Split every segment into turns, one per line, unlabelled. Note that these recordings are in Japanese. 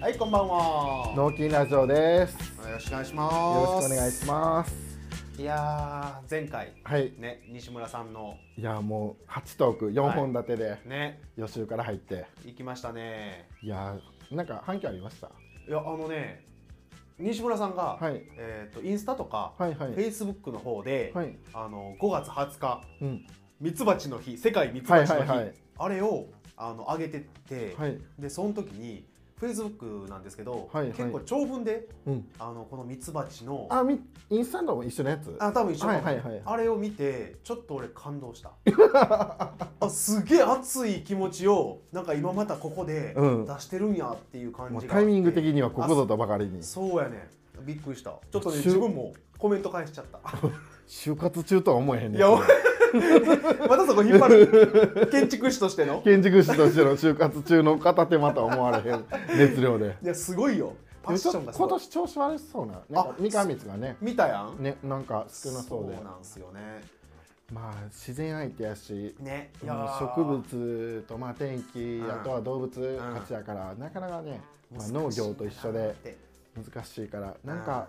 はい、こんばんは。よ
脳筋ラジオです。
ろしくお願いします。
よろしくお願いします。
いやー、前回、
はい。
ね、西村さんの、
いやもう八トーク四本立てで
ね、
予習から入って、
行きましたね。
い、やーなんか反響ありました。
いや、あのね、西村さんが、
はい
えっ、と、インスタとか、
はいは
フ
い
ェイスブックの方で、
はい。
あの、5月20日、
うん。
ミツバチの日、世界ミツ
は
バ
い
チの
は
日、
いはい。
あれを、あの、上げてて、
はい。
で、その時に、フェイスブックなんですけど、
はいはい
結構長文で、
うん。
あの、このミツバチの、
あみインスタントも一緒のやつ。
あ多分一緒かも
はいはいはい
あれを見てちょっと俺感動した あすげえ熱い気持ちをなんか今またここで
うん
出してるんやっていう感じが
も
あっ
う
て
タイミング的にはここぞとばかりに
あそうやねびっくりしたちょっとね
しゅ
自分もコメント返しちゃった
就活中とは思えへんねん
いやおまたそこ引っ張 る建築士としての
建築士としての就活中の片手また思わ れへん熱量で。
いやすごいよパッシ
ちょ
ョ
っと
ンがすご
今
い
年調子悪そうな。なんか
あ
三上光がね。
見たやん、
ね、なんか少なそうで
そうなんすよね
まあ自然相手やし
ねいやー
植物とまあ天気
うん
あとは動物
ん
たちやからなかなかね、まあ、農
難しいな
業と一緒で
って
難しいから
ん
なんか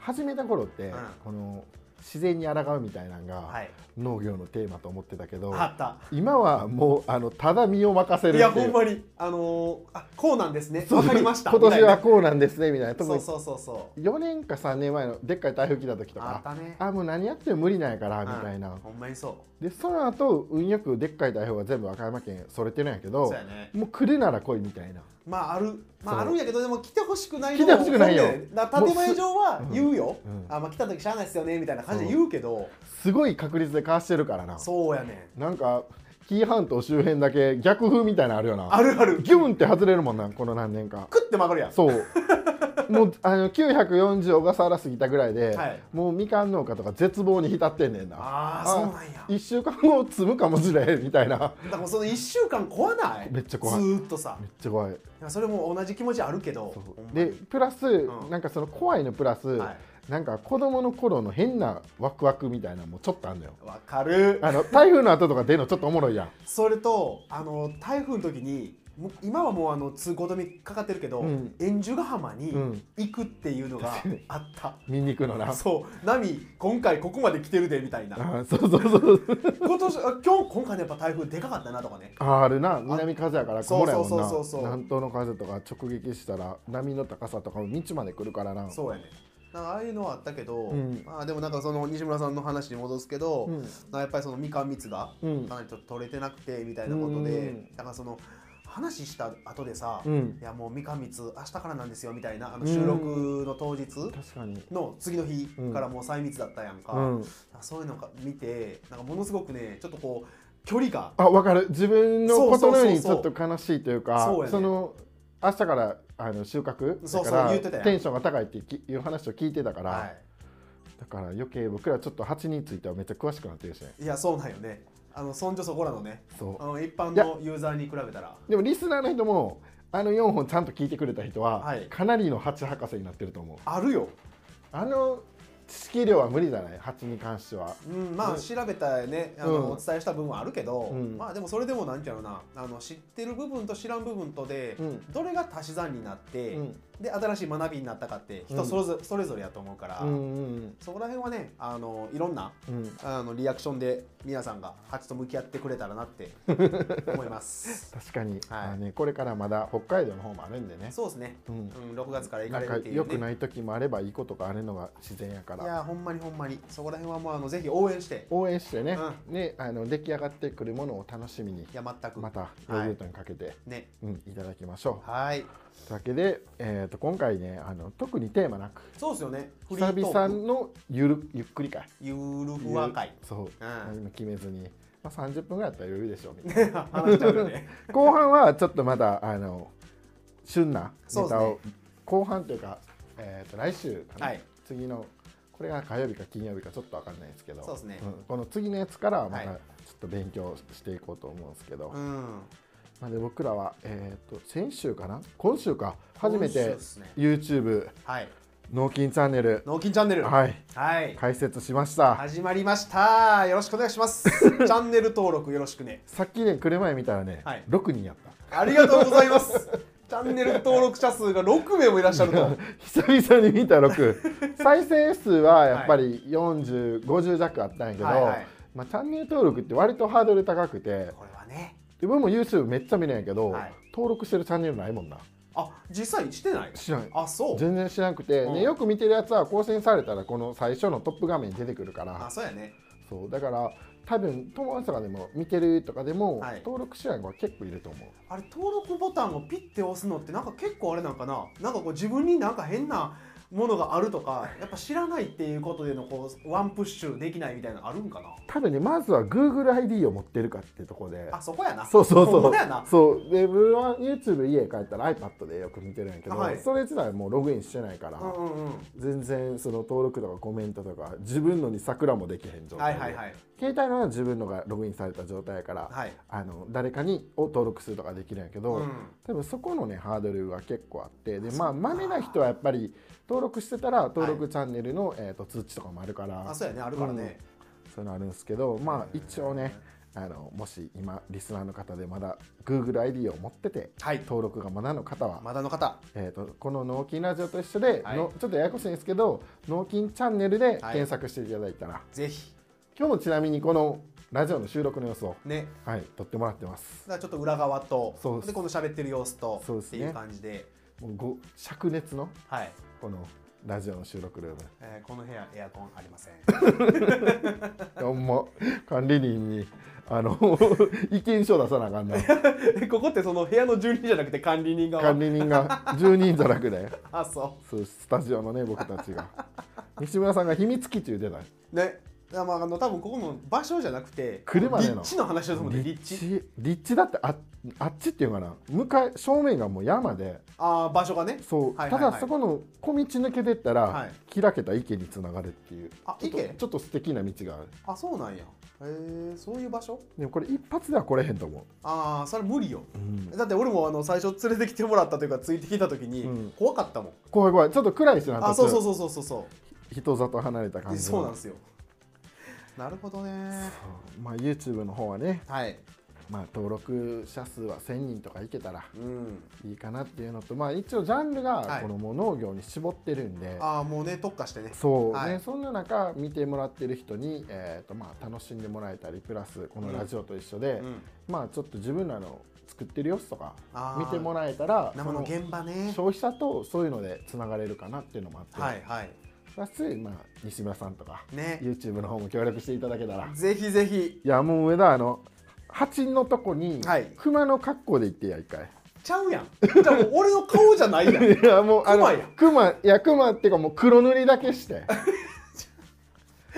始めた頃って
ん
この自然に抗うみたいなの
は
が
い
農業のテーマと思ってたけど
あった
今はもうあのただ身を任せる
い
って
や
いう
ほんまにあのーあこうなんですね
そう
わかりました
今年
みたい
は
な
こうなんですねみたいな特
そう
に
そうそうそ
4年か3年前のでっかい台風来た時
う
と
あった
か
ね
あもう何やっても無理なんやからみたいな
うんほんまにそ
でその後運よくでっかい台風は全部和歌山県それてるんやけ
う
ど
そうやね
もう来るなら来いみたいな
まああるまああ
そう
るんやけどでも来てほしくない
来てほしくないよ
もうだから建前上は
もうす
言うよ
うん
あまあ来た時しゃあないっすよねみたいな感じで言うけど
すごい確率でかわしてるからな
そうやね
なんか紀伊半島周辺だけ逆風みたいなのあるよな
あるある
ギュンって外れるもんなこの何年か
クって曲がるやん
そう もうあの940小笠原過ぎたぐらいで、
はい
もうみかん農家とか絶望に浸ってんねんな
ああ
あ
そうなんや
1週間後積むかもしれへんみたい な
だからもうその1週間怖ない
めっちゃ怖い
ずーっとさ
めっちゃ怖い
いやそれも同じ気持ちあるけどほんまに
でプラス、
ん
なんかその怖いのプラス、
は
なんか子供の頃の変なワクワクみたいなのもちょっとあんのよ
いわかる
あの台風の後とか出るのちょっとおもろいやん
それとあの台風の時にむ今はもうあの通行止めかかってるけど、
うん
円珠ヶ浜に
うん
行くっていうのがあった、
見に行くのな
そう波今回ここまで来てるでみたい な
あそうそうそうそう
今年あ今日今回のやっぱ台風でかかったなとかね
ああるな南風やから曇りやもんな
そうそうそうそうそう
南東の風とか直撃したら波の高さとかも道まで来るからな
そうやねなんかああいうのはあったけど、
うん
まあでもなんかその西村さんの話に戻すけど、
うん
まあやっぱりそのみかん蜜が
うん
かなりちょっと取れてなくてみたいなことで、
うん
だからその話した後でさ、
うん
いやもうみかん蜜明日からなんですよみたいなあの収録の当日
確かに
の次の日からもう細密だったやんか,、
うん
そういうのが見てなんかものすごくねちょっとこう距離が
あ分かる自分のことのようにち
そう
ょ
そう
っ
そう
と悲しいというか
そうやね
の明日からあの収穫
そうそう
だから
言ってたやん
テンションが高いってきいう話を聞いてたから、
は
だから余計僕らちょっと蜂についてはめっちゃ詳しくなってるしね
いいやそうなんよねあのそんじょそこらのね
そう
あの一般のユーザーに比べたら
でもリスナーの人もあの4本ちゃんと聞いてくれた人は、
はい
かなりの蜂博士になってると思う
あるよ、
あの知識量は無理じゃない蜂に関しては
うん、まあ
うん
調べたねあの、
うん
お伝えした部分はあるけど、
うん
まあでもそれでもなんちゃうのかなあの知ってる部分と知らん部分とで、
うん
どれが足し算になって、
うん
で新しい学びになったかって人それぞれ,、それぞれやと思うから、
うんうん
そこら辺はねあのいろんな
うん
あのリアクションで皆さんが蜂と向き合ってくれたらなって思い ます。
確かに、
はい
まあね、これからまだ北海道の方もあるんでね
そうですね。
う
うんん、6月から行か
な
れ
ん
る
か
っていう、ね。
良くない時もあればいいことがあるのが自然やか
い
ら
やほんまにほんまにそこら辺はもうあのぜひ応援して
応援してね,、
う
ねあの出来上がってくるものを楽しみに
いや全く
またヨーグルトにかけて、
ね
うん、いただきましょ
はい。
うというわけで、えー、と今回ねあの特にテーマなく
そうですよね。フリ
久
ート
々
ーク
のゆるゆっくり会
ゆるふわ会。
そう、
うん
何も決めずに、まあ、30分ぐらいだったら余裕でしょうみたいな
話しちゃうよね。
後半はちょっとまだあの旬な
そうです
ネタ
ね
を、後半というか、えー、と来週かな、
はい
次のこれが火曜日か金曜日かちょっと分かんないですけど
そうですね
んこの次のやつからはまたち
はい
ょっと勉強していこうと思うんですけど、
うん。
まあで僕らは、えー、と先週かな今週か初め
今週
て
っすね
YouTube
はい。
脳筋チャンネル、
脳筋チャンネル。
はい、
はい。
開設しました、
始まりました。よろしくお願いします。 チャンネル登録よろしくね。
さっきね来る前見たらね、
はい
6人やった
ありがとうございます。チャンネル登録者数が6名もいらっしゃると
久々に見た6 再生数はやっぱり4050弱あったんやけど、
はいはい
まあ、チャンネル登録って割とハードル高くて
これはね
自分も YouTube めっちゃ見るんやけど、
はい
登録してるチャンネルないもんな
あ実際してない
知らん
あそう
全然知らなくて、
うん
ね、よく見てるやつは更新されたらこの最初のトップ画面に出てくるから
あそうやね
そうだから多分友達とかでも見てるとかでも、
はい
登録してない子は結構いると思う
あれ登録ボタンをピッて押すのってなんか結構あれなんかななんかこう自分になんか変なものがあるとかやっぱ知らないっていうことでのこうワンプッシュできないみたいなのあるんかな
多分ねまずは GoogleID を持ってるかってとこで
あそこやな
そうそうそう
ほんまやな
そうでブルワン YouTube 家帰ったら iPad でよく見てるんやけど、
はい
それ自体はもうログインしてないから、
うんうんうん
全然その登録とかコメントとか自分のに桜もできへん状
は
態
い
で、
はいはい
携帯のは自分のがログインされた状態やから、
はい
あの誰かにを登録するとかできるんやけど、
うん
多分そこのねハードルが結構あってでまあまめな人はやっぱり登録してたら登録チャンネルの、えー、と通知とかもあるから
あそうやねあるからね、
そういうのあるんですけどまあ
うん
一応ねあのもし今リスナーの方でまだ GoogleID を持ってて
はい
登録がまだの方は、
まだの方
えー、とこの「脳筋ラジオ」と一緒で、
はい
のちょっとややこしいんですけど「脳筋チャンネル」で検索していただいたら、
ぜひ
今日もちなみにこのラジオの収録の様子を、
ね
はい、撮ってもらってます
だからちょっと裏側と
そうです
でこの喋ってる様子と
そうですね
っていう感じで
もうご灼熱の
はい、
このラジオの収録ルーム
えーこの部屋エアコンありません
ほんま管理人にあの 意見書出さなあか んな
えここってその部屋の住人じゃなくて管理人側
管理人が10人じゃなくね
あそ
そうスタジオのね僕たちが 西村さんが秘密基地言うてないう
ねあまああの多分ここの場所じゃなくて
車での
立地の話だと思うんで立
立
地
地立地だってああっちっていうかな向かい正面がもう山で
あー場所がね
そう、
はいはいはい
ただそこの小道抜けてったら、
はい
開けた池につながるっていう
あ
ちょっと
池
ちょっと素敵な道がある
あそうなんやへえそういう場所
でもこれ一発では来れへんと思
ああそれ無理よ
う、うん
だって俺もあの最初連れてきてもらったというかついてきた時に、
うん
怖かったもん
怖い怖いちょっと暗いしな
あそうそう
う
そうそうそうそ
人里離れた感
う
じ
そうなん
す
ですよなるほどね
まあ YouTube の方はね、
はい
まあ、登録者数は1000人とかいけたら
うん
いいかなっていうのとまあ一応ジャンルが
はい
このもう農業に絞ってるんで、
ああもうね特化してね
そう、
はい
ね、そんな中見てもらってる人に、えーとまあ、楽しんでもらえたりプラスこのラジオと一緒で、
うん
まあちょっと自分らの作ってる様子とか
あー
見てもらえたら
生の
その
現場ね
消費者とそういうのでつながれるかなっていうのもあって、
はいはい
プラス、まあ、西村さんとか
ね
YouTube の方も協力していただけたら
ぜひぜひ
いやもう上田あの蜂のとこに
はい
熊の格好で行ってや一回。
ちゃうやんじゃあもう俺の顔じゃないやん
いやもうあの
熊や
熊いや熊っていうかもう黒塗りだけして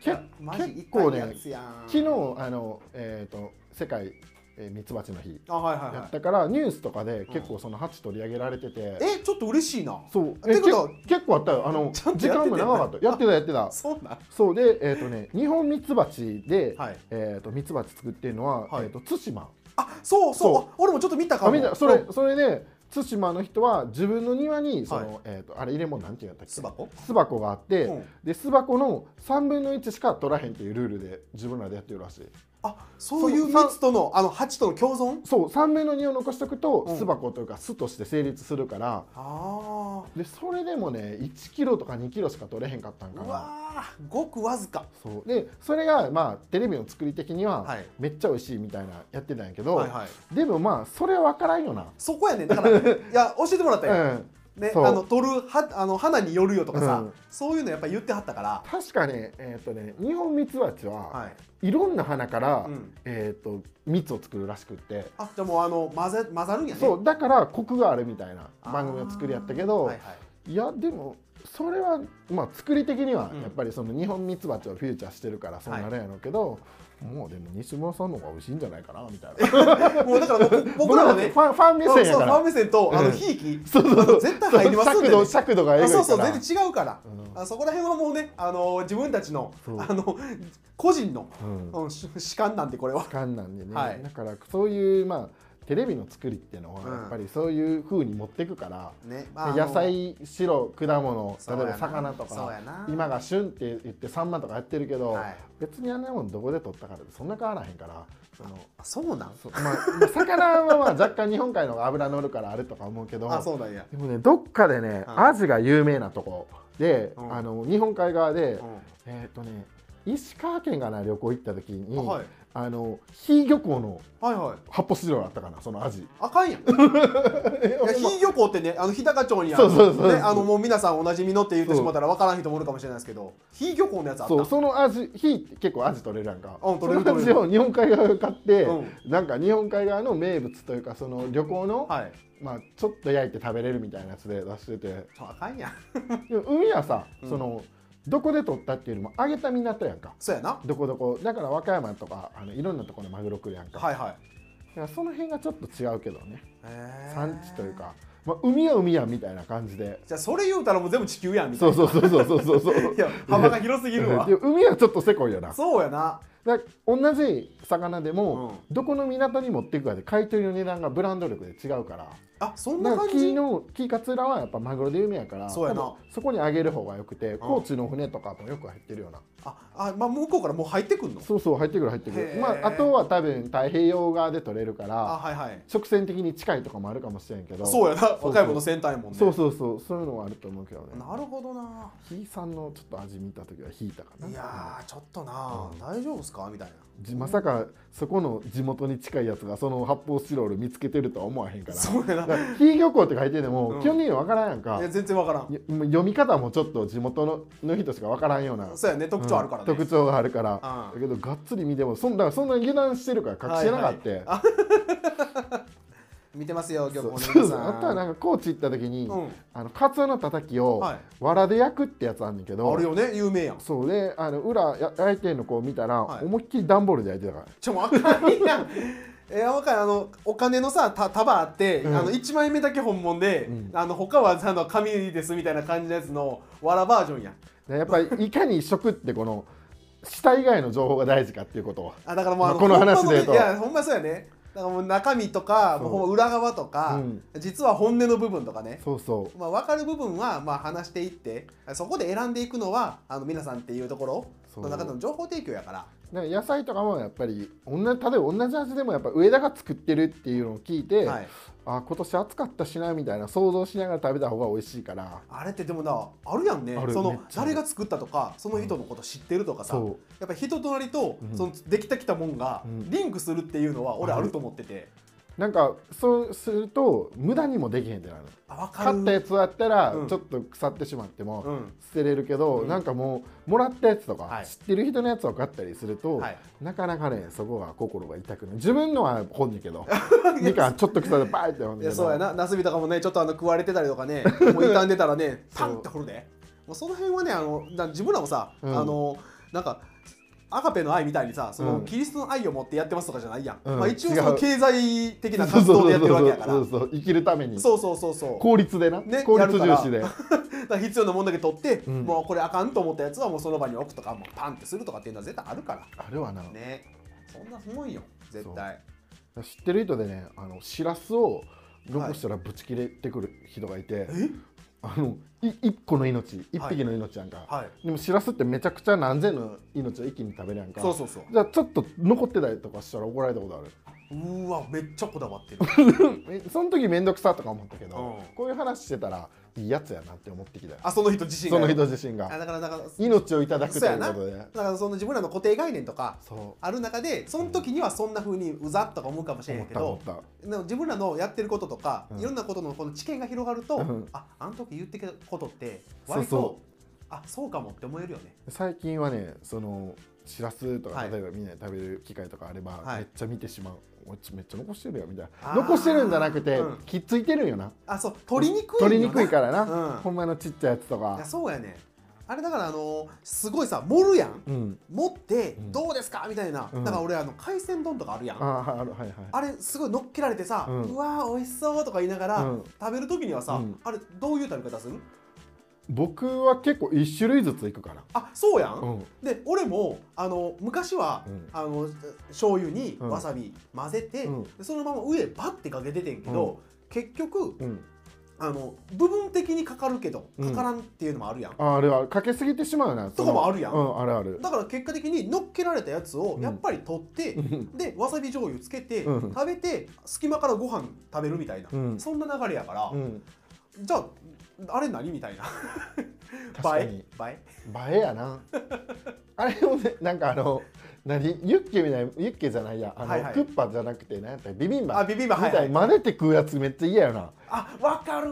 い
け
やマジ
結構ね
痛いやつやん
昨日あのえっ、と世界えーミツバチの日
あはいはい
や
は
ったからニュースとかで結構その蜂取り上げられてて、
いえちょっと嬉しいな
そう
ってことは
け結構あったよあの
ちゃんと
時
やってた
間も
よ
長かったやってたやってた
そうなん
そうでえっ、とね日本ミツバチで、
はい
えっ、とミツバチ作ってるのは、
はい
えっ、と対馬
あそうそう
そう
あ俺もちょっと見たか
あ
も
みんなそれそれで対馬の人は自分の庭にその、
は
えっ、とあれ入れ物なんていうんだったっ
巣
け
箱
巣箱があって、
うん
で巣箱の3分の1しか取らへんっていうルールで自分らでやってるらしい
あそういう蜜とのあの蜂との共存
そう3分の2を残しておくと、
うん
巣箱というか巣として成立するから
ああ
でそれでもね1キロとか2キロしか取れへんかったんか
う
な
わーごくわずか
そうでそれがまあテレビの作り的には、
はい
めっちゃ美味しいみたいなやってたんやけど、
はいはい
でもまあそれは分からんよな、
そこやねだから いや教えてもらった
う
よ、
ん、
ね、あ
そう
の取るはあの花によるよとかさ、
うん
そういうのやっぱ言ってはったから、
確かねえっ、とね日本ミツバチは、
はい、
い、ろんな花から、
うん
えっ、と蜜を作るらしくって
あじゃあもうあの混ぜ混ざるんやね
そうだからコクがあるみたいな
あー
番組を作りやったけど、
はい
い
はい
やでもそれはまあ作り的には
うん
やっぱりその日本ミツバチをフューチャーしてるからそうなるんやろうけど、もうでも西村さんの方が美味しいんじゃないかなみたいな
もうだから僕僕らはね
ファンファン目
そう
線
そうファ
やか
ン
ら
目線とあの
うん
ひいき、
そうそうそう
絶対入りますんでね
そう尺度尺度がえぐ
あ
いか
そ
ら
うそう全然違うから、
うん
あそこら辺はもうね、あの自分たちの
そう
あの個人の、
うん
うん、主主観なんでこれは
感なんでね、
はい
だからそういうまあテレビの作りっていうのは
うん
やっぱりそういう風に持ってくから、
ね、
で野菜白果物例えば魚と
そうや
か
な
今が旬って言ってサンマとかやってるけど、
はい
別にあんなもんどこで取ったからってそんな変わらへんからその
あそうなん
そまあ、魚はまあ若干日本海の方が脂乗るからあるとか思うけど
あそうなんや、
でもねどっかでね、
はい
アジが有名なとこで、
うん
あの日本海側で、
う
えーっ、とね石川県がな旅行行った時に
んあはい、
あの非漁港の
はいはい
発泡スチロールあったかなそのアジ
あかんやん。いや、非漁港ってね、あの日高町にあ
そう
る、
そうそうそう
ね、あのもう皆さんおなじみのって言ってしまったら、わからん人もおるかもしれないですけど。非漁港のやつあった。
そうそのアジ非って結構アジ取れるやんか
うん取れる
そのアジを日本海側で買って、
う
なんか日本海側の名物というかその旅行の、
はい。
まあ、ちょっと焼いて食べれるみたいなやつで出し てて
そうあかんやん。
でも海はさ、
うん
そのどこで取ったっていうよりも揚げた港やんか
そうやな。
どこどこだから和歌山とかあのいろんなところでマグロ来るやんか,、
はいはい。
だからその辺がちょっと違うけどね
へー
産地という。か、まあ、海は海やんみたいな感じで
じゃ、あそれ言うたら、もう全部地球やんみたい
そ
な。
うそうそうそうそうそうそ う
いや、幅が広すぎるわ
で。も海はちょっとせこいよな
そうやな。
だ同じ魚でも、
う
どこの港に持っていくかで買い取りの値段がブランド力で違うから
あ、そん
な
なん
か
感
キー
じ。
のキーカツラはやっぱマグロで有名やから
そうやな
多分そこにあげる方がよくて、高知の船とかもよく入ってるような
あ、あ、まあ、向こうからもう入ってくんの。
そうそう入ってくる入ってく
へ
る
ー
まああとは多分太平洋側で取れるか
あ、
ら
はいはい。
直線的に近いとかもあるかもしれんけど
そうやな。
そう
若い子の先端やもんね。
そうそうそうそういうのはあると思うけどね
なるほどな。
ひいさんのちょっと味見た時は引いたかない
やー、ちょっとな、大丈夫ですかみたいな。
じまさかそこの地元に近いやつがその発泡スチロール見つけてるとは思わへんから
そうやな。
「非漁港」って書いてて
う
も
ん
基本的には分からんやんか
いや、全然わからん。
よ読み方もちょっと地元のの人しか分からんような
そうやね、特徴あるからね。
うん特徴があるから、
うん
だけどがっつり見てもそんだからそんな油断してるから隠してなかった、
はいはいあ 見てますよ、今日も
そう
ね
そ
皆
うそう
さ
あとはなんか高知行った時に、
うん
あのカツオのたたきを、
はい
わらで焼くってやつあんねんけど
あるよね、有名やん。
そうであの裏や焼いてんのこう見たら、
はい
思いっきり段ボールで焼いてたから
ちょ、もうあかん やん。えー、わかるあのお金のさた束あって、
うん
あの1枚目だけ本物で、
うん
あの他はあの紙ですみたいな感じのやつのわらバージョンやん
でやっぱ りいかに食ってこの舌以外の情報が大事かっていうことは
あだからもうあの、
まあこの話
ほんま
で言うと
いやほんまそうやねだからもう中身とか
そう
ほんま裏側とか、
うん
実は本音の部分とかね
そうそ
まあ、分かる部分はまあ話していってそこで選んでいくのはあの皆さんっていうところ
そう
の中での情報提供やから
うだから野菜とかもやっぱり同じ例えば同じ味でもやっぱ上田が作ってるっていうのを聞いて、
はい、
あ今年暑かったしなみたいな想像しながら食べた方が美味しいから
あれってでもなあるやんね
ある
そ
めっ
の
ちゃある
誰が作ったとかその人のこと知ってるとかさ、
そ
やっぱ人となりと、
うん
そのできてきたもんが
うん
リンクするっていうのは俺
あ
あ
る
ると思ってて、
うなんかそうすると無駄にもできへんってなる
あ分か
買
る
ったやつだったら
うん
ちょっと腐ってしまっても
うん
捨てれるけど、
うん
なんかもうもらったやつとか、
はい
知ってる人のやつを買ったりすると、
はい
なかなかねそこが心が痛くなる自分のは本んだ けどみかんちょっと腐ってバーって本
い
んだ
や
け
そうや
ど
なナスビとかもねちょっとあの食われてたりとかねもう傷んでたらね
そ
パ
う
ンって掘るでもうその辺はねあのな自分らもさ、
うん
あのなんかアカペの愛みたいにさそうの
ん
キリストの愛を持ってやってますとかじゃないやん、
うん
まあ、一応
違
そ
う
の経済的な活動でやってるわけやから
そうそうそうそうそう生きるために
そうそうそうそう
効率でな、
ね
効率重視で
だから必要なもんだけ取って、
うん
もうこれあかんと思ったやつはもうその場に置くとかもうパンってするとかっていうのは絶対 あるか
あれはな、
らねそんなすごいよ絶対
知ってる人でねあのしらすを残したらぶち切れてくる人がいて、
え
あのい一個の命一
はい
匹の命やんか、
はい
でもしらすってめちゃくちゃ何千の命を一気に食べるやんか
そうそうそう
じゃあちょっと残ってたりとかしたら怒られたことある
うーわめっちゃこだわってる
えその時面倒くさとか思ったけど、
うん
こういう話してたらいいやつやなって思ってきたよ
あその人自身が
その人自身
あ
が
だからだから
命をいただくと
そう
い
や
う
な
ことで
だからその自分らの固定概念とか
そ
ある中でその時にはそんな風にうざっとか思うかもし
う
れん
思っ
け
た思
ど
った
でも自分らのやってることとか、
うん
いろんなことのこの知見が広がると、
うん
ああの時言ってきたことって
そう
割と
そ
あそうかもって思えるよね
最近はねそのしらすとか
はい
例えばみんなで食べる機会とかあれば、
はい
めっちゃ見てしまうおいめっちゃ残してるよみたい
あ
な
ー
残してるんじゃなくて、
うん
きっついてるんよな
あそう取りにくいよな
取りにくいからな、
うん
ほんまのちっちゃいやつと
いや
か
そうやねあれだからあのすごいさ盛るやん
うん
持って
うん
どうですかみたいな、
うん
だから俺あの海鮮丼とかあるやん、
あーあるはいはい
あれすごい乗っけられてさ、
う
うんわー美味しそうとか言いながら、
うん
食べる時にはさ、
うん
あれどういう食べ方する
僕は結構1種類ずついくから
あそうやん、
うん
で俺もあの昔は、
うん
あの醤油に
うん
わさび混ぜて、
うん
でそのまま上パッてかけててんけど、結局
うん
あの部分的にかかるけど
うん
かからんっていうのもあるやん、
ああれはかけすぎてしまうな
とかもあるやん
そのうんあるある
だから結果的に乗っけられたやつを
うん
やっぱり取って、
うん
でわさび醤油つけて、
うん
食べて隙間からご飯食べるみたいな、
うん
そんな流れやから、
うん
じゃああれ何みたいな
確か
映え
に
映え
映えやなあれもねなんかあの何ユッケみたいなユッケじゃないやあの、
はいはい
クッパじゃなくて何やったっけビビンバ
あビビンバはい
み
はい
たいに真似て食うやつめっちゃ嫌やな
あわかる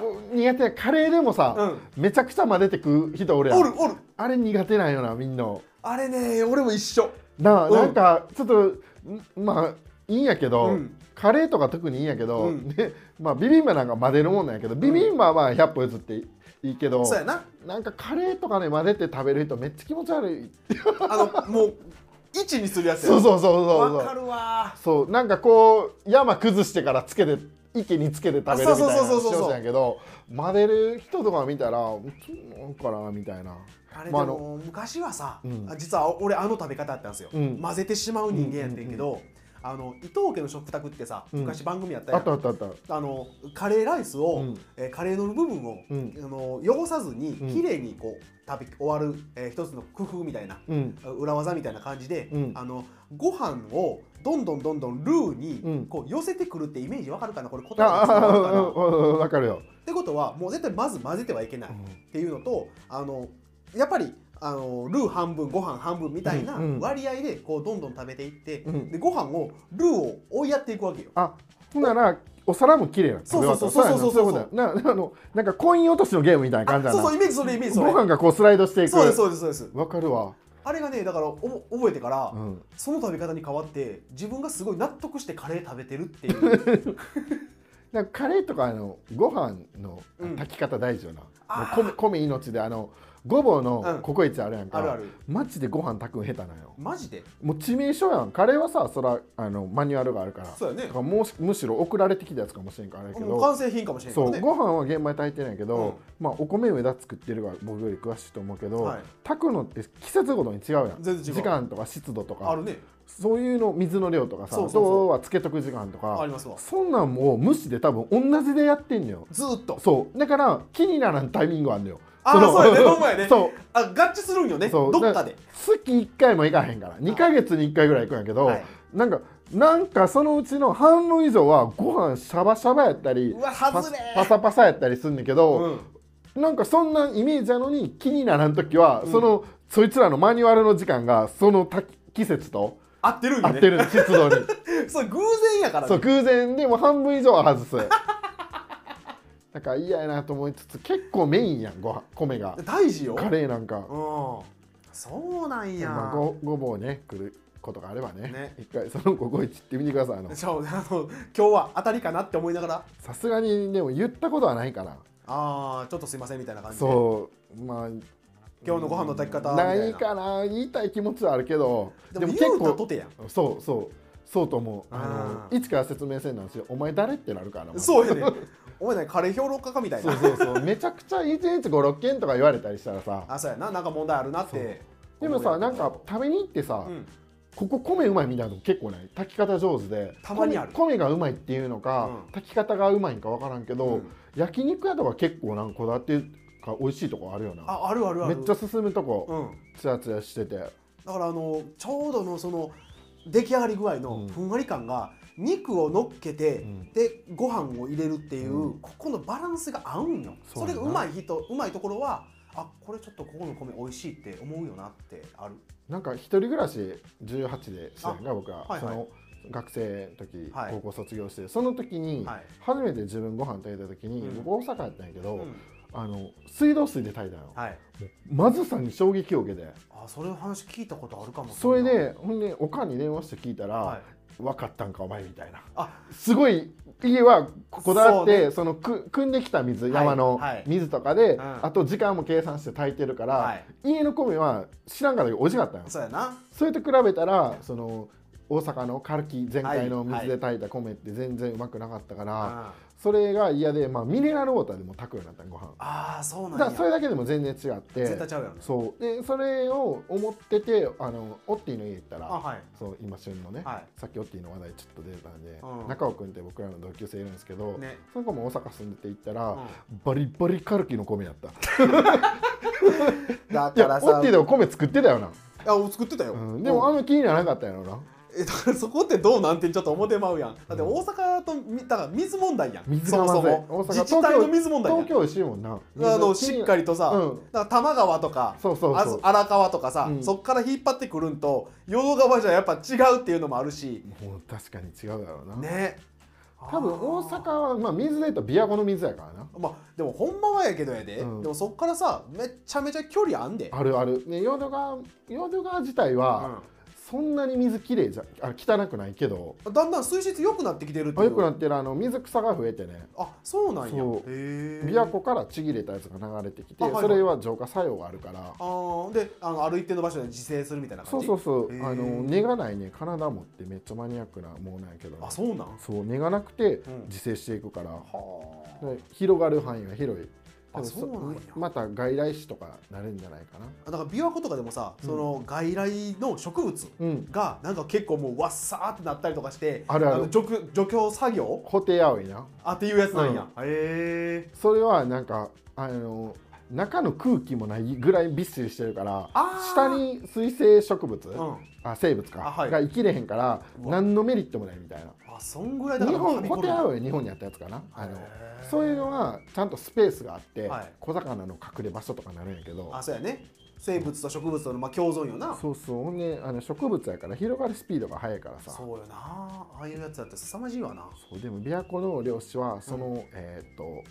わ
のもう苦手やカレーでもさ、めちゃくちゃ真似て食う人おるやん
おるおる
あれ苦手なんよなみんな
あれね俺も一緒
なあ、
うん
なんかちょっとんまあいいんやけど、
うん
カレーとか特にいいんやけど、
うん
でまあ、ビビンバなんか混ぜるもんなんやけどビビンバは100歩譲っていいけど、
そうやな
なんかカレーとかね混ぜて食べる人めっちゃ気持ち悪い
あのもう位置にするやつや
そうそうそうそう
わ
そ
か
う
るわ
そうなんかこう山崩してからつけて池につけて食べるみたいな
あそうそうそうそうそう
話をしたんやけど混ぜる人とか見たらそうなんかなみたいな
あれで
まああ
も昔はさ、
うん
あ実は俺あの食べ方あったんですよ、
うん
混ぜてしまう人間やってんけど、あの伊藤家の食卓ってさ
うん
昔番組やった
あ
やん、
ったあったあった
あのカレーライスを、
うん
えーカレーの部分を、
うん
あの汚さずに
うん
綺麗にこう食べ終わる、えー一つの工夫みたいな
うん
裏技みたいな感じで、
うん
あのご飯をどんどんどんどんルー
う
に
ん
こう寄せてくるってイメージわかるかなこれ答えが伝わるかなっ
あわかるよ、
てことはもう絶対まず混ぜてはいけないっていうのとあのやっぱりあのルー半分ご飯半分みたいな
うんうん
割合でこうどんどん食べていって、
うん
でご飯をルーを追いやっていくわけよ。
あほんならお皿も綺麗な食べ終わった
そうそうそうそう
やなそういうことやなあのなんかコイン落としのゲームみたいな感じ
あ
だ
そ
な
うそうイメージそれイメージそ
ご
れ
飯がこうスライドしていく
そうですそうですそうです
わかるわ、
あれがねだからおぼ覚えてから、
うん、
その食べ方に変わって自分がすごい納得してカレー食べてるって いう
なんかカレーとかあのご飯の
うん
炊き方大事よな、
あー
もう米米命であのごぼう
うん
のココイチあるやんか、
あるある
マジでご飯炊くん下手なんよ
マジで
もう致命傷やんカレーはさそらあのマニュアルがあるから
そうやね
だからもうしむしろ送られてきたやつかもしれんからあれやけ
もう
ど
完成品かもしれないか
そ
ら
う
ね
ご飯は玄米炊いてないけど、まあ、お米上田作ってるから僕より詳しいと思うけど、
はい
炊くのって季節ごとに違うやん
全然違う
時間とか湿度と
あ
か
るね
そういうの水の量とかさ
そうそうそう
あとはつけとく時間とか
ありますわ
そんなんもう無視で多分同じでやってんのよ
ずーっと
そうだから気にならんタイミングあんのよ
ああ
の
そうやねほんまやね
そう
あ合致するんよね
そう
どっかで
月1回も行かへんから2ヶ月に1回ぐらい行くんやけど、
はい
なんかなんかそのうちの半分以上はご飯シャバシャバやったり
うわ外れ
パパサパサやったりすんだけど、
うん
なんかそんなイメージなのに気にならん時は、
うん
そのそいつらのマニュアルの時間がそのた季節と
合ってるん
合
よ
って
ね
るの湿度に
そう偶然やから
そう
ね
偶然でも半分以上は外す なんか嫌やなと思いつつ結構メインやんご飯米が
大事よ
カレーなんか
うんそうなんや
まあ、ごごぼうね来ることがあればね
ね
一回そのココイチ行ってみてくださいあの
じゃああの今日は当たりかなって思いながら
さすがにでも言ったことはないから
ああちょっとすいませんみたいな感じで
そうまあ
今日のご飯の炊き方みた
ない
ない
かな言いたい気持ちはあるけど
でも言うたとてやん
そうそうそうと思うあ
あー
のいつから説明せんなんですよお前誰ってなるからう
そうやねお前ねカレー評論家かみたい
そ
な
うそうそうめちゃくちゃ1日56件とか言われたりしたらさ
あそうやななんか問題あるなって
でもさなんか食べに行ってさ、
うん
ここ米うまいみたいなの結構ない炊き方上手で
たまにある
米米がうまいっていうのか、
うん
炊き方がうまいんか分からんけど、
うん
焼肉屋とか結構なんかこだわってるか美味しいとこあるよな
ああるあるあ
め
る
っちゃ進むとこ、
うん
ツヤツヤしてて
だからあのちょうどのその出来上がり具合
う
の
ん
ふんわり感が肉を乗っけて、
うん
でご飯を入れるっていう、
う
ここのバランスが合うんよそ
そう
れ
やな
がうまい人うまいところはあこれちょっとここの米美味しいって思うよなってある
なんか一人暮らし18でしたんが僕は、
はいはい
その学生の時、
はい
高校卒業してその時に、
はい
初めて自分ご飯炊いた時に、
うん
僕大阪やったんやけど、
うん
あの水道水で炊いたの、
はい
まずさに衝撃を受けて
あそれの話聞いたことあるかも
それ
んな
でほんでおかんに電話して聞いたら、
はい
分かったんかお前みたいな
あ
すごい家はこだわっ
そう
てそ、のく汲んできた水、
はい
山の
はい
水とかで、
うん
あと時間も計算して炊いてるから、
はい
家の米は知らんからおいしかったんよ
そうやな
それと比べたらその大阪のカルキ全開の水で炊いた米って全然うまくなかったから、
あ
それが嫌で、まあ、ミネラルウォーターでも炊くようになったのご飯
ああそう
だ
な
か
ん
ら
や
それだけでも全然違って
絶対ちゃうやん
そうでそれを思っててあのオッティの家行った
あ
ら
はい
そう今旬のね、
はい
さっきオッティの話題ちょっと出たんで、
うん
中尾君って僕らの同級生いるんですけど、
ね
その子も大阪住んでて行ったら、
う
バリバリカルキの米やったい
だか
や
ら
オッ
さ
ティでも米作ってたよな、
あお作ってたよ、
うんでもあ
あ
んま気にならなかったやろな
えだからそこってどうなんてちょっと思てまうやんだって大阪とみだから水問題やん
水
そも
がまず
そ
い
も
大阪
自治体の水問題やん
東京美味しいもんな
あのしっか
り
りとさ、
うん
だから多摩川とか
そうそう
あ
そ
そう荒川とかさ、
うん
そっから引っ張ってくるんと淀川じゃやっぱ違うっていうのもあるし
もう確かに違うだろうな、
ね
多分大
あー
阪は、まあ、水で言うと琵琶湖の水やからな
まあでもほんまはやけどやで、
うん
でもそっからさめっちゃめちゃ距離あんで、
あるあるね淀川淀川自体
う
は、
ん
そんなに水きれいじゃあ汚くないけど
だんだん水質良くなってきてるって
あ
い
よ
う
くなってるあの水草が増えてね
あそうなんや
そう
へえ
琵琶湖からちぎれたやつが流れてきて、
あはいはい
それは浄化作用があるから
あーであの歩いての場所で自生するみたいな
そ
感
う
じ
そうそう、
へー
あの根がないねカナダもってめっちゃマニアックなものなんやけど
あそうなん
そう根がなくて
うん
自生していくから、
はあ
で広がる範囲が広い
あそうなんや
また外来種とかなるんじゃないかな
だから琵琶湖とかでもさ、その外来の植物
うん
がなんか結構もうわっさーってなったりとかして
あるある
の除去除去作業
ホテヤオイな
あっていうやつなんや、へえ
それはなんかあの中の空気もないぐらいびっしりしてるから
あー
下に水生植物、
うん
あ生物か、
あはい
が生きれへんから
うわ
何のメリットもないみたいな
あそんぐらいだか
日
ら
本
神々
ホテアオイ日本にあったやつかなあの
へー
そういうのはちゃんとスペースがあって、
はい
小魚の隠れ場所とかなるんやけど
あそうやね生物と植物とのまあ共存よな
そうそうほんであの植物やから広がるスピードが速いからさそう
そうよなああいうやつだって凄まじいわな
でも琵琶湖の漁師はその、えーっと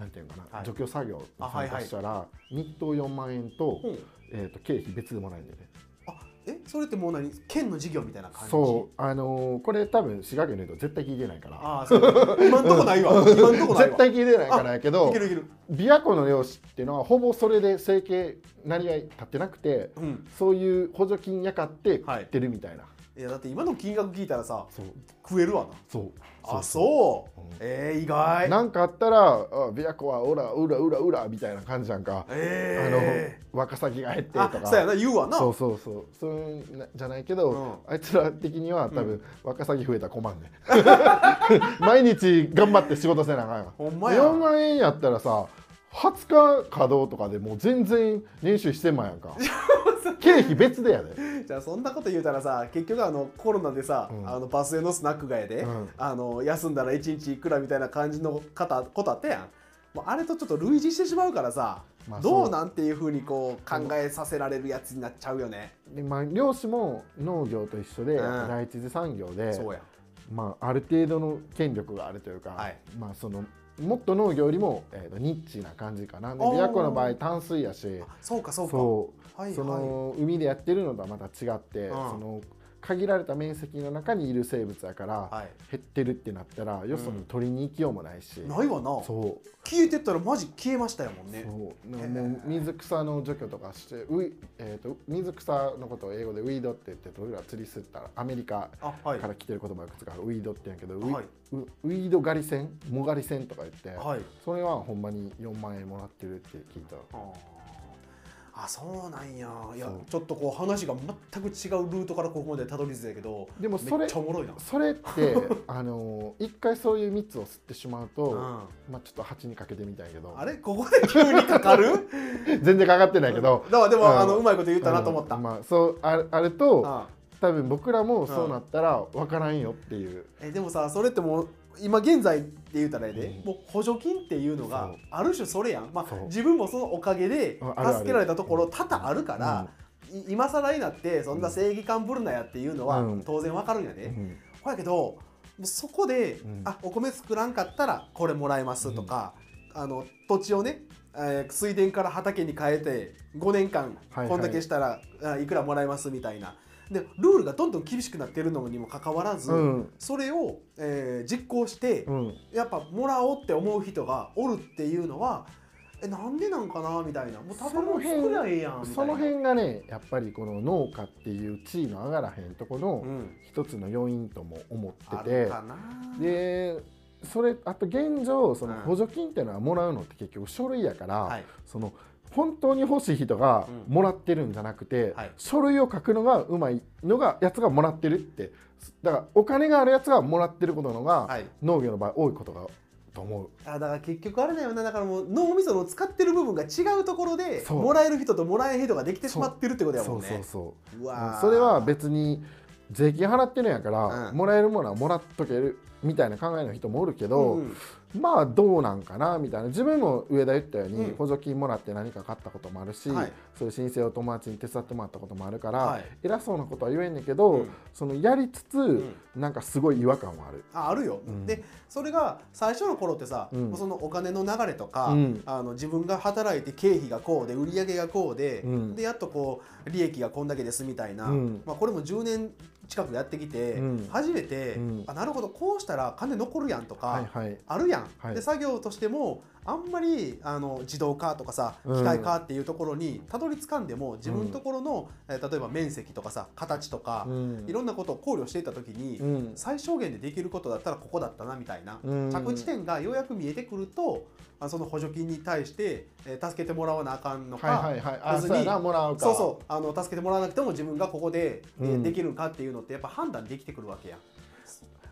なんていうのかな、
はい
除去作業に参加したら、日当4万円と,、
うん
えーっと経費別でもらえるんだよね
あえそれってもう何県の事業みたいな感じ
そうあのーこれ多分滋賀県の人絶対聞いてないから
ああそう今んとこないわ今んとこないわ
絶対聞いてないからやけ
い
ど
けるいける
琵琶湖の漁師っていうのはほぼそれで生計なりわい立ってなくて
うん
そういう補助金やかって
はい
食ってるみたいな、
いやだって今の金額聞いたらさ
そう
食えるわな
そう
あそう
うん
えー、意外
なんかあったらあ琵琶湖はオラウラウラウラみたいな感じなんか、
え
あのワカサギが減って
ー、
とか
あそうやな言うわな
そうそうそうそういうんじゃないけど、
うん
あいつら的には多分、ワカサギ増えたら困んね 毎日頑張って仕事せなあかんやん
ほんまや
4万円やったらさ20日稼働とかでもう全然年収1000万や んか経費別でやで
じゃあそんなこと言うたらさ結局あのコロナでさ、
うん
あのバスへのスナックがやで、
うん
あの休んだら1日いくらみたいな感じの方ことあったやんもうあれとちょっと類似してしまうからさ、
まあ
ど
そう
うなんていうふうにこう考えさせられるやつになっちゃうよね、
で、まあ、漁師も農業と一緒で、
うん
第一次産業で
そうや
まあ、ある程度の権力があるというか、
はい
まあ、そのもっと農業よりも、えー、とニッチな感じかなで
あー
琵琶湖の場合淡水やし
そうかそうか
そう、
はいはい
その海でやってるのとはまた違って、
ん
その限られた面積の中にいる生物やから、
はい
減ってるってなったらよそに取りに行きようもないし、
ないわな
そう
消えてったらマジ消えましたやもんね
そう
へえ
もう水草の除去とかしてウイ、えー、と水草のことを英語でウィードって言って僕ら釣りすったらアメリカ
あはい
から来てる言葉がいくつかあるウィードって言うんやけど、ウイ
はい
ウウィード狩り船も狩り船とか言って、
はい
それはほんまに4万円もらってるって聞いた
あーあそうなんやいや
そう
ちょっとこう話が全く違うルートからここまでたどり着いたけど
でもそれ
めっちゃおもろいな
それって あのー一回そういう蜜を吸ってしまうと、
う
まあ、ちょっと鉢にかけてみたいけど
あれ ここで急にかかる
全然かかってないけど
だ、からでも、
うん
あのうまいこと言ったなと思った、
うんまあ、そうあるあると、
あ
多分僕らもそうなったら分からんよっていう、
えでもさそれってもう今現在で言うたらええで、
うん
もう補助金っていうの
そ
が
う
ある種それやん、ま
そう
あ、自分もそのおかげで
ああるある
助けられたところ多々あるから、い今更になってそんな正義感ぶるなやっていうのは
うん
当然わかるんやで、
うん
ほやけどもうそこで、
ん
あお米作らんかったらこれもらえますとか、あの土地をね、えー水田から畑に変えて5年間
はいはい
こんだけしたら、あいくらもらえますみたいなでルールがどんどん厳しくなってるのにもかかわらず、
うん
それを、えー実行して、
うん
やっぱもらおうって思う人がおるっていうのはえなんでなんかなみたいなもう食べ物作りゃええやんみたいな
その辺がねやっぱりこの農家っていう地位の上がらへんとこの
うん、
一つの要因とも思
あ
って
る
て
かな
でそれあと現状その
うん
補助金っていうのはもらうのって結局書類やから、
はい
その本当に欲しい人が
うん
もらってるんじゃなくて、
はい
書類を書くのがうまいのがやつがもらってるってだからお金があるやつがもらってることの方が、
はい
農業の場合多いことがと思う
あだから結局あれだよなだからもう脳みその使ってる部分が違うところで
そう
もらえる人ともらえへん人ができてしまってるってことや
そ
もん
う
ね
そうそう
うわー
それは別に税金払ってるんやから、
うん
もらえるものはもらっとけるみたいな考えの人もおるけど、
うん
まあどうなんかなみたいな自分も上田言ったように、
うん
補助金もらって何か買ったこともあるし、
はい
そういう申請を友達に手伝ってもらったこともあるから、
はい
偉そうなことは言えんねんけど、
うん
そのやりつつ、
ん
なんかすごい違和感はある。
ああるよ、
うん
でそれが最初の頃ってさ、
うん
もうそのお金の流れとか、
うん
あの自分が働いて経費がこうで売り上げがこうで、
うん
でやっとこう利益がこんだけですみたいな、
うん
まあ、これも10年近くやってきて、
うん
初めて、
うん
あなるほどこうしたら金残るやんとか、
はいはい
あるやん、
はい
で作業としてもあんまりあの自動化とかさ
うん
機械化っていうところにたどり着かんでも自分のところの、えー例えば面積とかさ形とか、
うん
いろんなことを考慮していった時に、
うん
最小限でできることだったらここだったなみたいな、
うん
着地点がようやく見えてくるとあその補助金に対して、えー助けてもらわなあかんのか、
はいはいはいあ
別に
そうやなもらうか
そうそうあの助けてもらわなくても自分がここで、えー
うん
できるんかっていうのってやっぱ判断できてくるわけやん。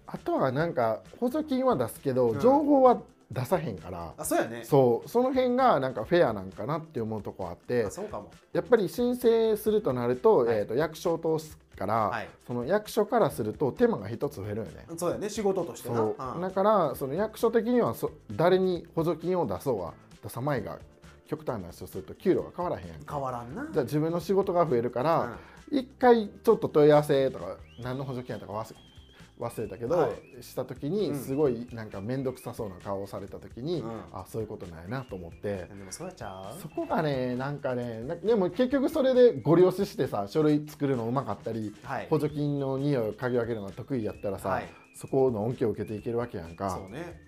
あとはなんか補助金は出すけど、
うん
情報は出さへんから、
あそうやね
そうその辺がなんかフェアなんかなって思うとこあって
あそうかも。
やっぱり申請するとなると,、
はい
えー、と役所を通すから、
はい
その役所からすると手間が一つ増えるよね。
そうやね仕事としてな。
そう
うん
だからその役所的にはそ誰に補助金を出そうは出さまいが極端な話をすると給料が変わらへんやんか
変わらんな。
じゃあ自分の仕事が増えるか
うん
ら一、回ちょっと問い合わせとか何の補助金やったか忘れ忘れたけど、
は
した時
う
に
ん
すごいなんか面倒くさそうな顔をされた時に、
うん
あそういうことないなと思って。
でもそうやちゃう
そこがねなんかねなでも結局それでご利用ししてさ書類作るのうまかったり、
はい
補助金の匂いを嗅ぎ分けるのが得意やったらさ、
はい
そこの恩恵を受けていけるわけやんか
そうね。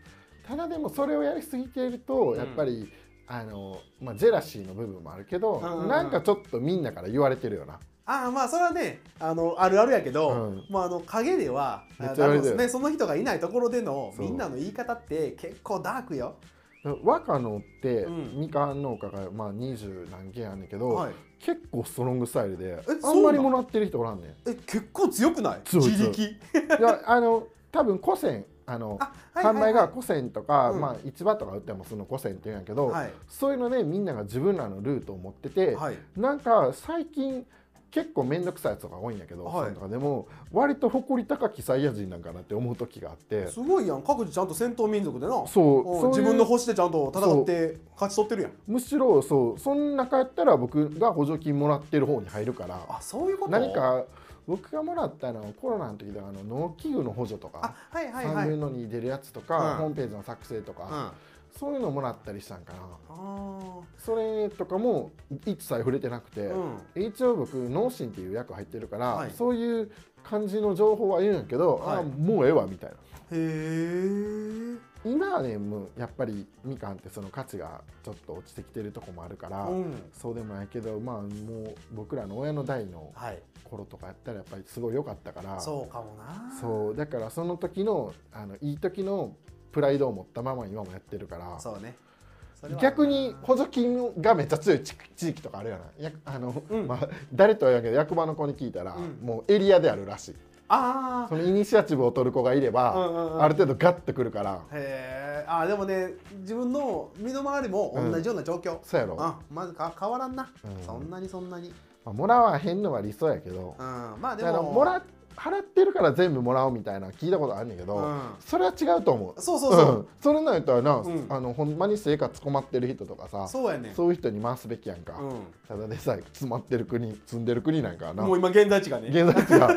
ただでもそれをやりすぎているとやっぱり、あのまあ、ジェラシーの部分もあるけど、
うんうんうん
なんかちょっとみんなから言われてるよな
ああまあそれはねあのあるあるやけど、
うん
まあ、あの影では
めっ
あ
ちゃあれだよ
多分ね、その人がいないところでの
そう
みんなの言い方って結構ダークよ。
若野って、
うん
みかん農家がまあ20何軒あんねんけど、
はい、
結構ストロングスタイルで
そうな
あ
の
んまりもらってる人おらんね ん。
え結構強くない
強い
自
強い
力。
いやあの多分古銭あの
あ
販売が古銭とか、
うん
まあ、市場とか売ってもその古銭って言うんやけど、
はい
そういうのでみんなが自分らのルートを持ってて、
はい
なんか最近結構面倒くさいやつとか多いんやけど、
はい
そのとかでも割と誇り高きサイヤ人なんかなって思う時があって
すごいやん各自ちゃんと戦闘民族でな
そう
うん
そういう
自分の星でちゃんと戦って勝ち取ってるやん。
むしろそうそん中やったら僕が補助金もらってる方に入るから
あそういうこと
何か僕がもらったのはコロナの時であの農機具の補助と
あ
か、
はいはいは
3
い。う
分
ん、
の2出るやつとか、
うん
ホームページの作成とか。
あ
そういうのもらったりしたんかな
ー
それとかも一切触れてなくて、
うん
一応僕脳神っていう役入ってるから、
はい
そういう感じの情報は言うんやけど、
はい
あもうええわみたいな
へえ。
今はねもうやっぱりみかんってその価値がちょっと落ちてきてるとこもあるから、
うん
そうでもないけどまあもう僕らの親の代の
はい。
頃とかやったらやっぱりすごい良かったから
そうかもな。
そうだからその時のあのいい時のプライドを持ったまま今もやってるから
そうね。それは
逆に補助金がめっちゃ強い地地域とかあるよなやあの、
うん
まあ、誰とは言うけど役場の子に聞いたら、
うん
もうエリアであるらしい
あ
そのイニシアチブを取る子がいれば、
うんうんうん
ある程度ガッてくるから
あ。へえ。あーでもね自分の身の回りも同じような状況。
そうやろ、ま
あまずか変わらんな、
うん
そんなにそんなに。うん
あ、もらわへんのは理想やけど、
まあで
だから
も。
もら払ってるから全部もらおうみたいな聞いたことあるんだけど、
うん
それは違うと思う
そうそうそう。
ん、それなんやったらな、
うん
あのほんまに生活困ってる人とかさ
そうやね。
そういう人に回すべきやんか、
う
ただでさえ詰まってる国住んでる国なんか
ん。
な
もう今現在地がね。
現在地が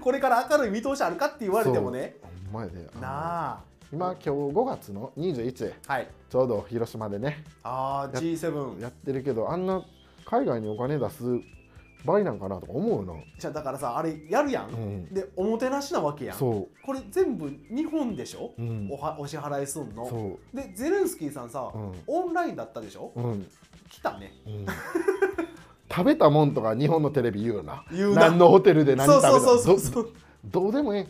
これから明るい見通しあるかって言われてもね。
ほんまやであの
なあ。
今今日5月の21
はい。
ちょうど広島でね
ああ G7。
やってるけどあんな海外にお金出す倍なんかなとか思うの
じゃあだからさあれやるやん。
うん
でおもてなしなわけやん。
そ
これ全部日本でしょ
う、。うん
お、はお支払いすんの。
そ
でゼレンスキーさんさ、
うん
オンラインだったでしょ
う、うん
来たね
うん食べたもんとか日本のテレビ言うよな
言うな
何のホテルで何
そう
食べた
そうそうそう
どどうでもえ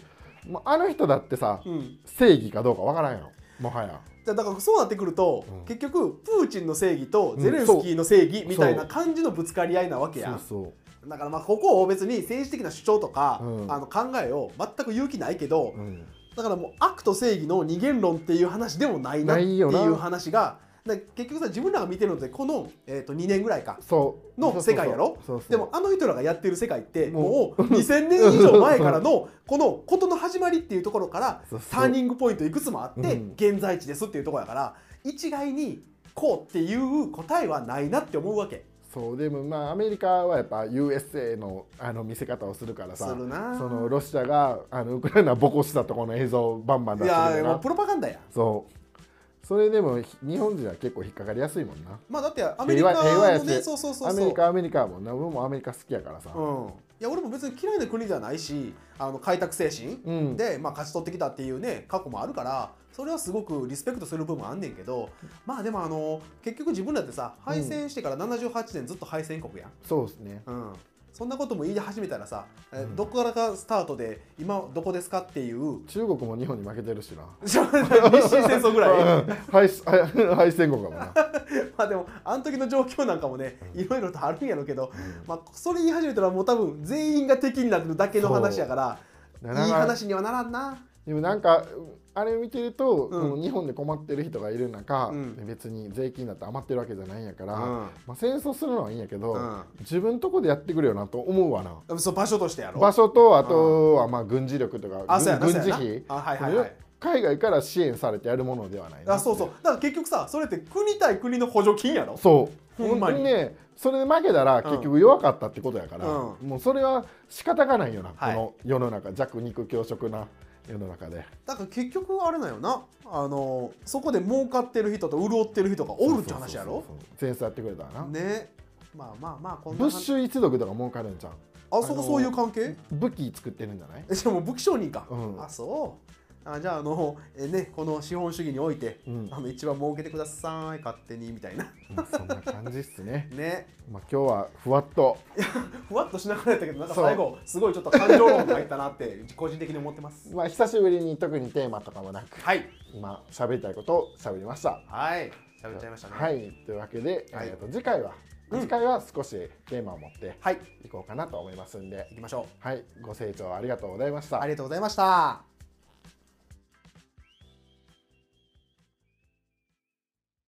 えもうあの人だってさ
うん、
正義かどうかわからんやろもはや
じゃあだからそうなってくると、
うん
結局プーチンの正義と
うん
ゼレンスキーの正義みたい
そ
な
う
感じのぶつかり合いなわけや
そ
ん
うそ
だからまあここを別に政治的な主張とか、
うん
あの考えを全く勇気ないけど
う、うん、
だからもう悪と正義の二元論っていう話でもないなっ
な
て
い
い
よな
う話がだから結局さ自分らが見てるのってこの、えー、と2年ぐらいか
そう
の世界やろ
そうそう
でもあの人らがやってる世界って
も
もう2000年以上前 からのこのことの始まりっていうところから
そうそう
ターニングポイントいくつもあっ
う
て
ん
現在地ですっていうところやから一概にこうっていう答えはないなって思うわけ
そうでもまあアメリカはやっぱ USA のあの見せ方をするから
す
さ
るな
そのロシアがあのウクライナをボコしたとこの映像をバンバン出
い
してる
や
よ
もう
な
プロパガンダや
そうそれでもひ日本人は結構引っかかりやすいもんな
まあだってアメリカ
平和
の
や
ね
つ
そうそうそうそう
アメリカアメリカやもんな僕もアメリカ好きやからさ、
うんいや俺も別に嫌いな国ではないしあの開拓精神
うん
で、まあ、勝ち取ってきたっていうね過去もあるからそれはすごくリスペクトする部分あんねんけどまあでもあの結局自分らってさ敗戦してから78年ずっと敗戦国やん、
そうですね
うん、そんなことも言い始めたらさ、え
うん
どこからかスタートで今どこですかっていう
中国も日本に負けてるしな
日清戦争ぐらい
うん敗敗敗戦国かもん な
まあでもあの時の状況なんかもねいろいろとあるんやろうけど、まあ、それ言い始めたらもう多分全員が敵になるだけの話やからい
ないかなか
話にはならんな。
でもなんかあれ見てると、
うん
この日本で困ってる人がいる中、
うん
別に税金だって余ってるわけじゃないんやから、
うん
まあ、戦争するのはいいんやけど、
うん
自分とこでやってくるよなと思うわな
そう場所としてやろ
場所とあとはまあ軍事力とか
あ
軍
そうやな
軍
そう
事
やな
費
あはいはいはい
それ海外から支援されてやるものではないな
あそうそうだから結局さそれって国対国の補助金やろ
そう
ほんまに
本当ねそれで負けたら
うん
結局弱かったってことやから、
う
もうそれは仕方がないよな、
はい
この世の中弱肉強食な世の中で
だから結局あれなんよなあのそこで儲かってる人と潤ってる人がおるって話やろ
そうそうそうそう戦争やってくれたらな、
ねまあまあまあこんな
ブッ
話
シュ一族とか儲かるんじゃん
あそ
あ
こ
の
そういう関係
武器作ってるんじゃない
えしかも武器商人か、
うん
あそうあじゃああのえねこの資本主義において、
うん
あの一番儲けてください勝手にみたいな
まあそんな感じっす ね
ね
まあ今日はふわっと
ふわっとしながらやったけどなんか
そう
最後すごいちょっと感情論が入ったなって個人的に思ってます
まあ久しぶりに特にテーマとかもなく
はい
今喋りたいことを喋りました
はい喋っちゃいましたね
はいというわけで、
はい
えーと次回は、
うん
次回は少しテーマを持って
はい
いこうかなと思いますんで
行きましょう
はいご清聴ありがとうございました
ありがとうございました。